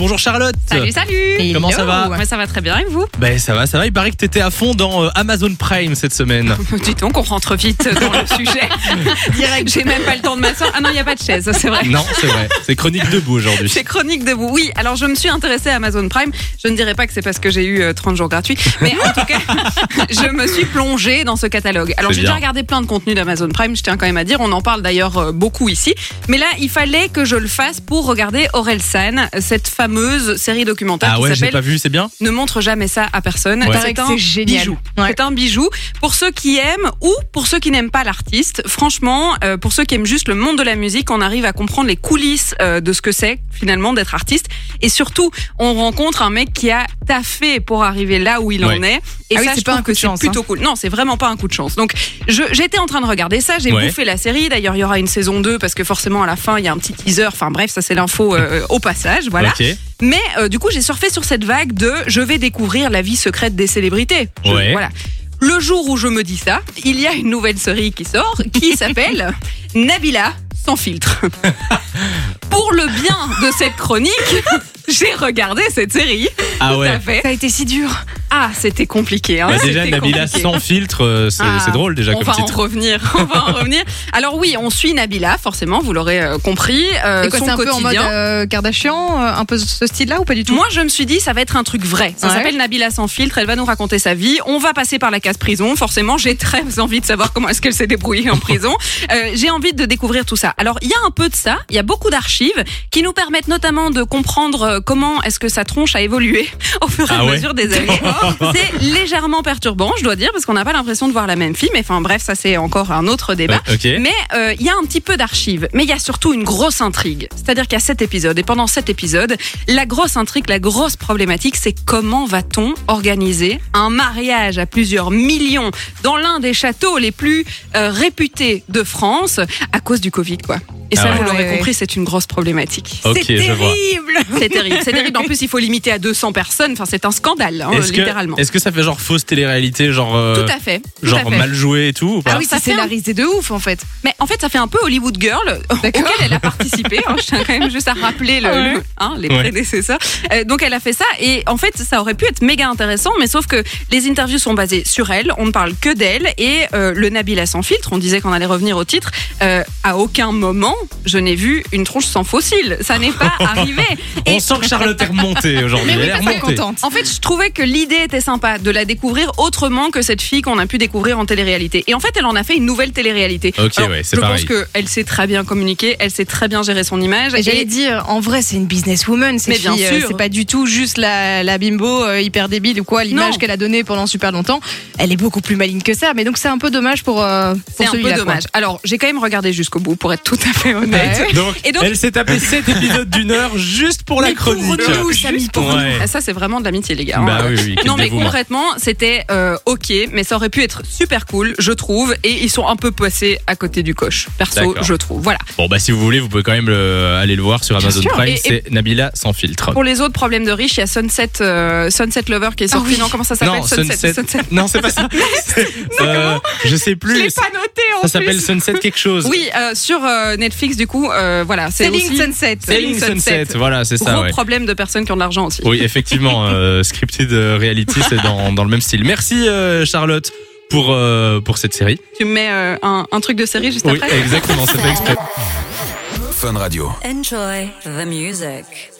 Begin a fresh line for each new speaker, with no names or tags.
Bonjour Charlotte
Salut, salut
Comment ça va
Moi, ça va très bien, et vous
Ben ça va, ça va, il paraît que t'étais à fond dans euh, Amazon Prime cette semaine.
Dis donc, on rentre vite dans le sujet. Direct, j'ai même pas le temps de m'asseoir. Ah non, il n'y a pas de chaise, c'est vrai.
non, c'est vrai, c'est Chronique Debout aujourd'hui.
C'est chronique de vous. Oui, alors je me suis intéressée à Amazon Prime. Je ne dirais pas que c'est parce que j'ai eu euh, 30 jours gratuits, mais en tout cas, je me suis plongée dans ce catalogue. Alors
C'est
j'ai
bien.
déjà regardé plein de contenus d'Amazon Prime, je tiens quand même à dire, on en parle d'ailleurs euh, beaucoup ici. Mais là, il fallait que je le fasse pour regarder Aurel San, cette fameuse série documentaire
Ah
qui
ouais, j'ai
s'appelle
pas vu, c'est bien
Ne montre jamais ça à personne.
Ouais.
C'est
que
un
c'est génial.
bijou.
Ouais.
C'est un bijou pour ceux qui aiment ou pour ceux qui n'aiment pas l'artiste. Franchement, euh, pour ceux qui aiment juste le monde de la musique, on arrive à comprendre les coulisses euh, de ce que c'est finalement d'être artiste. Et surtout, on rencontre un mec qui a taffé pour arriver là où il
Ouais.
en est. Et
Ah oui,
ça,
c'est
je
pas
trouve
un coup
que
de
c'est
chance,
plutôt cool. Non, c'est vraiment pas un coup de chance. Donc, je- j'étais en train de regarder ça, j'ai
Ouais.
bouffé la série. D'ailleurs, il y aura une saison 2 parce que forcément, à la fin, il y a un petit teaser. Enfin bref, ça c'est l'info euh, au passage. Voilà.
Ok.
Mais euh, du coup, j'ai surfé sur cette vague de je vais découvrir la vie secrète des célébrités. Je-
Ouais.
Voilà. Le jour où je me dis ça, il y a une nouvelle série qui sort qui s'appelle Nabila sans filtre. Pour le bien de cette chronique, j'ai regardé cette série.
Ah
Tout
ouais.
à fait.
Ça a été si dur.
Ah, c'était compliqué. Hein,
Bah, déjà
c'était
Nabila
compliqué.
sans filtre, euh, c'est
Ah,
c'est drôle déjà
on
comme
va
titre.
en revenir. On va en revenir. Alors oui, on suit Nabila, forcément, vous l'aurez euh, compris. euh,
Et quoi,
son
c'est un peu en
quotidien.
mode euh, Kardashian, euh, un peu ce style-là ou pas du tout
Moi, je me suis dit, ça va être un truc vrai. Ça
Ouais.
s'appelle Nabila sans filtre. Elle va nous raconter sa vie. On va passer par la case prison. Forcément, j'ai très envie de savoir comment est-ce qu'elle s'est débrouillée en prison. Euh, j'ai envie de découvrir tout ça. Alors, il y a un peu de ça. Il y a beaucoup d'archives qui nous permettent notamment de comprendre euh, comment est-ce que sa tronche a évolué au fur et
Ah
à
ouais.
mesure des années. c'est légèrement perturbant, je dois dire, parce qu'on n'a pas l'impression de voir la même fille. Mais enfin, bref, ça c'est encore un autre débat.
Ouais, ok.
Mais euh, il y a un petit peu d'archives, mais il y a surtout une grosse intrigue. C'est-à-dire qu'il y a sept épisodes, et pendant cet épisode, la grosse intrigue, la grosse problématique, c'est comment va-t-on organiser un mariage à plusieurs millions dans l'un des châteaux les plus euh, réputés de France à cause du Covid, quoi. Et ça,
Ah ouais.
vous l'aurez
Ah ouais,
compris, c'est une grosse problématique.
Ok, je vois.
C'est terrible, c'est terrible. En plus, il faut limiter à 200 personnes. Enfin, c'est un scandale, hein,
Est-ce
littéralement.
que, est que ça fait genre fausse télé-réalité, genre, euh,
Tout à fait. tout à
genre
fait.
mal joué et tout ou pas
Ah oui,
ça
c'est
fait un-
scénarisé de ouf en fait.
Mais en fait, ça fait un peu Hollywood Girl, auquel elle a participé. hein. je tiens quand même juste à rappeler le,
Ouais.
le- hein, les
Ouais.
prédécesseurs. Euh, donc, elle a fait ça. Et en fait, ça aurait pu être méga intéressant, mais sauf que les interviews sont basées sur elle. On ne parle que d'elle. Et euh, le Nabila sans filtre, on disait qu'on allait revenir au titre. euh, à aucun moment, je n'ai vu une tronche sans fossile. Ça n'est pas arrivé. Et
On sent que Charlotte est remontée aujourd'hui.
Mais oui,
Elle est
parce qu'elle est
remontée.
contente.
en fait, je trouvais que l'idée était sympa de la découvrir autrement que cette fille qu'on a pu découvrir en télé-réalité. Et en fait, elle en a fait une nouvelle télé-réalité.
Ok,
Alors,
ouais, c'est
Je
pareil.
pense qu'elle sait très bien communiquer, elle sait très bien gérer son image.
Et
Et-
J'allais dire, en vrai, c'est une businesswoman. Cette
Mais bien
fille, euh,
sûr.
c'est pas du tout juste la, la bimbo euh, hyper débile ou quoi,
Non.
l'image qu'elle a donnée pendant super longtemps. Elle est beaucoup plus maligne que ça, mais donc c'est un peu dommage pour, euh,
C'est
pour
un peu
celui-là. quoi.
dommage. Alors, j'ai quand même regardé jusqu'au bout, pour être tout à fait honnête.
Donc,
Et donc-
elle s'est tapée 7 épisodes d'une heure juste pour la
Mais pour
chronique.
nous, Samy, pour
Ouais.
Ah, Ça, c'est vraiment de l'amitié, les gars.
Bah
hein.
oui, oui, quel
Non, mais
dévouement.
concrètement, c'était euh, ok, mais ça aurait pu être super cool, je trouve, et ils sont un peu passés à côté du coche. Perso,
D'accord.
je trouve. Voilà.
Bon bah si vous voulez, vous pouvez quand même le- aller le voir sur Amazon
sûr,
Prime,
et- et-
c'est Nabila sans filtre.
Pour les autres problèmes de riches, il y a Sunset, euh, Sunset Lover qui est sorti.
Ah oui.
Non, comment ça s'appelle
Non, c'est pas ça. C'est- euh, je sais
Je l'ai
plus.
pas noté en
Ça
plus.
s'appelle Sunset quelque chose.
Oui, euh, sur euh, Netflix, du coup, euh, voilà. C'est
Selling
aussi
Sunset.
Selling Sunset. Voilà, c'est ça.
Gros
Ouais.
problème de personnes qui ont de l'argent aussi.
Oui, effectivement, euh, scripted euh, reality, c'est dans, dans le même style. Merci euh, Charlotte pour euh, pour cette série.
Tu me mets euh, un, un truc de série juste
Oui,
après
exactement, c'est exprès.
Fun Radio.
Enjoy the music.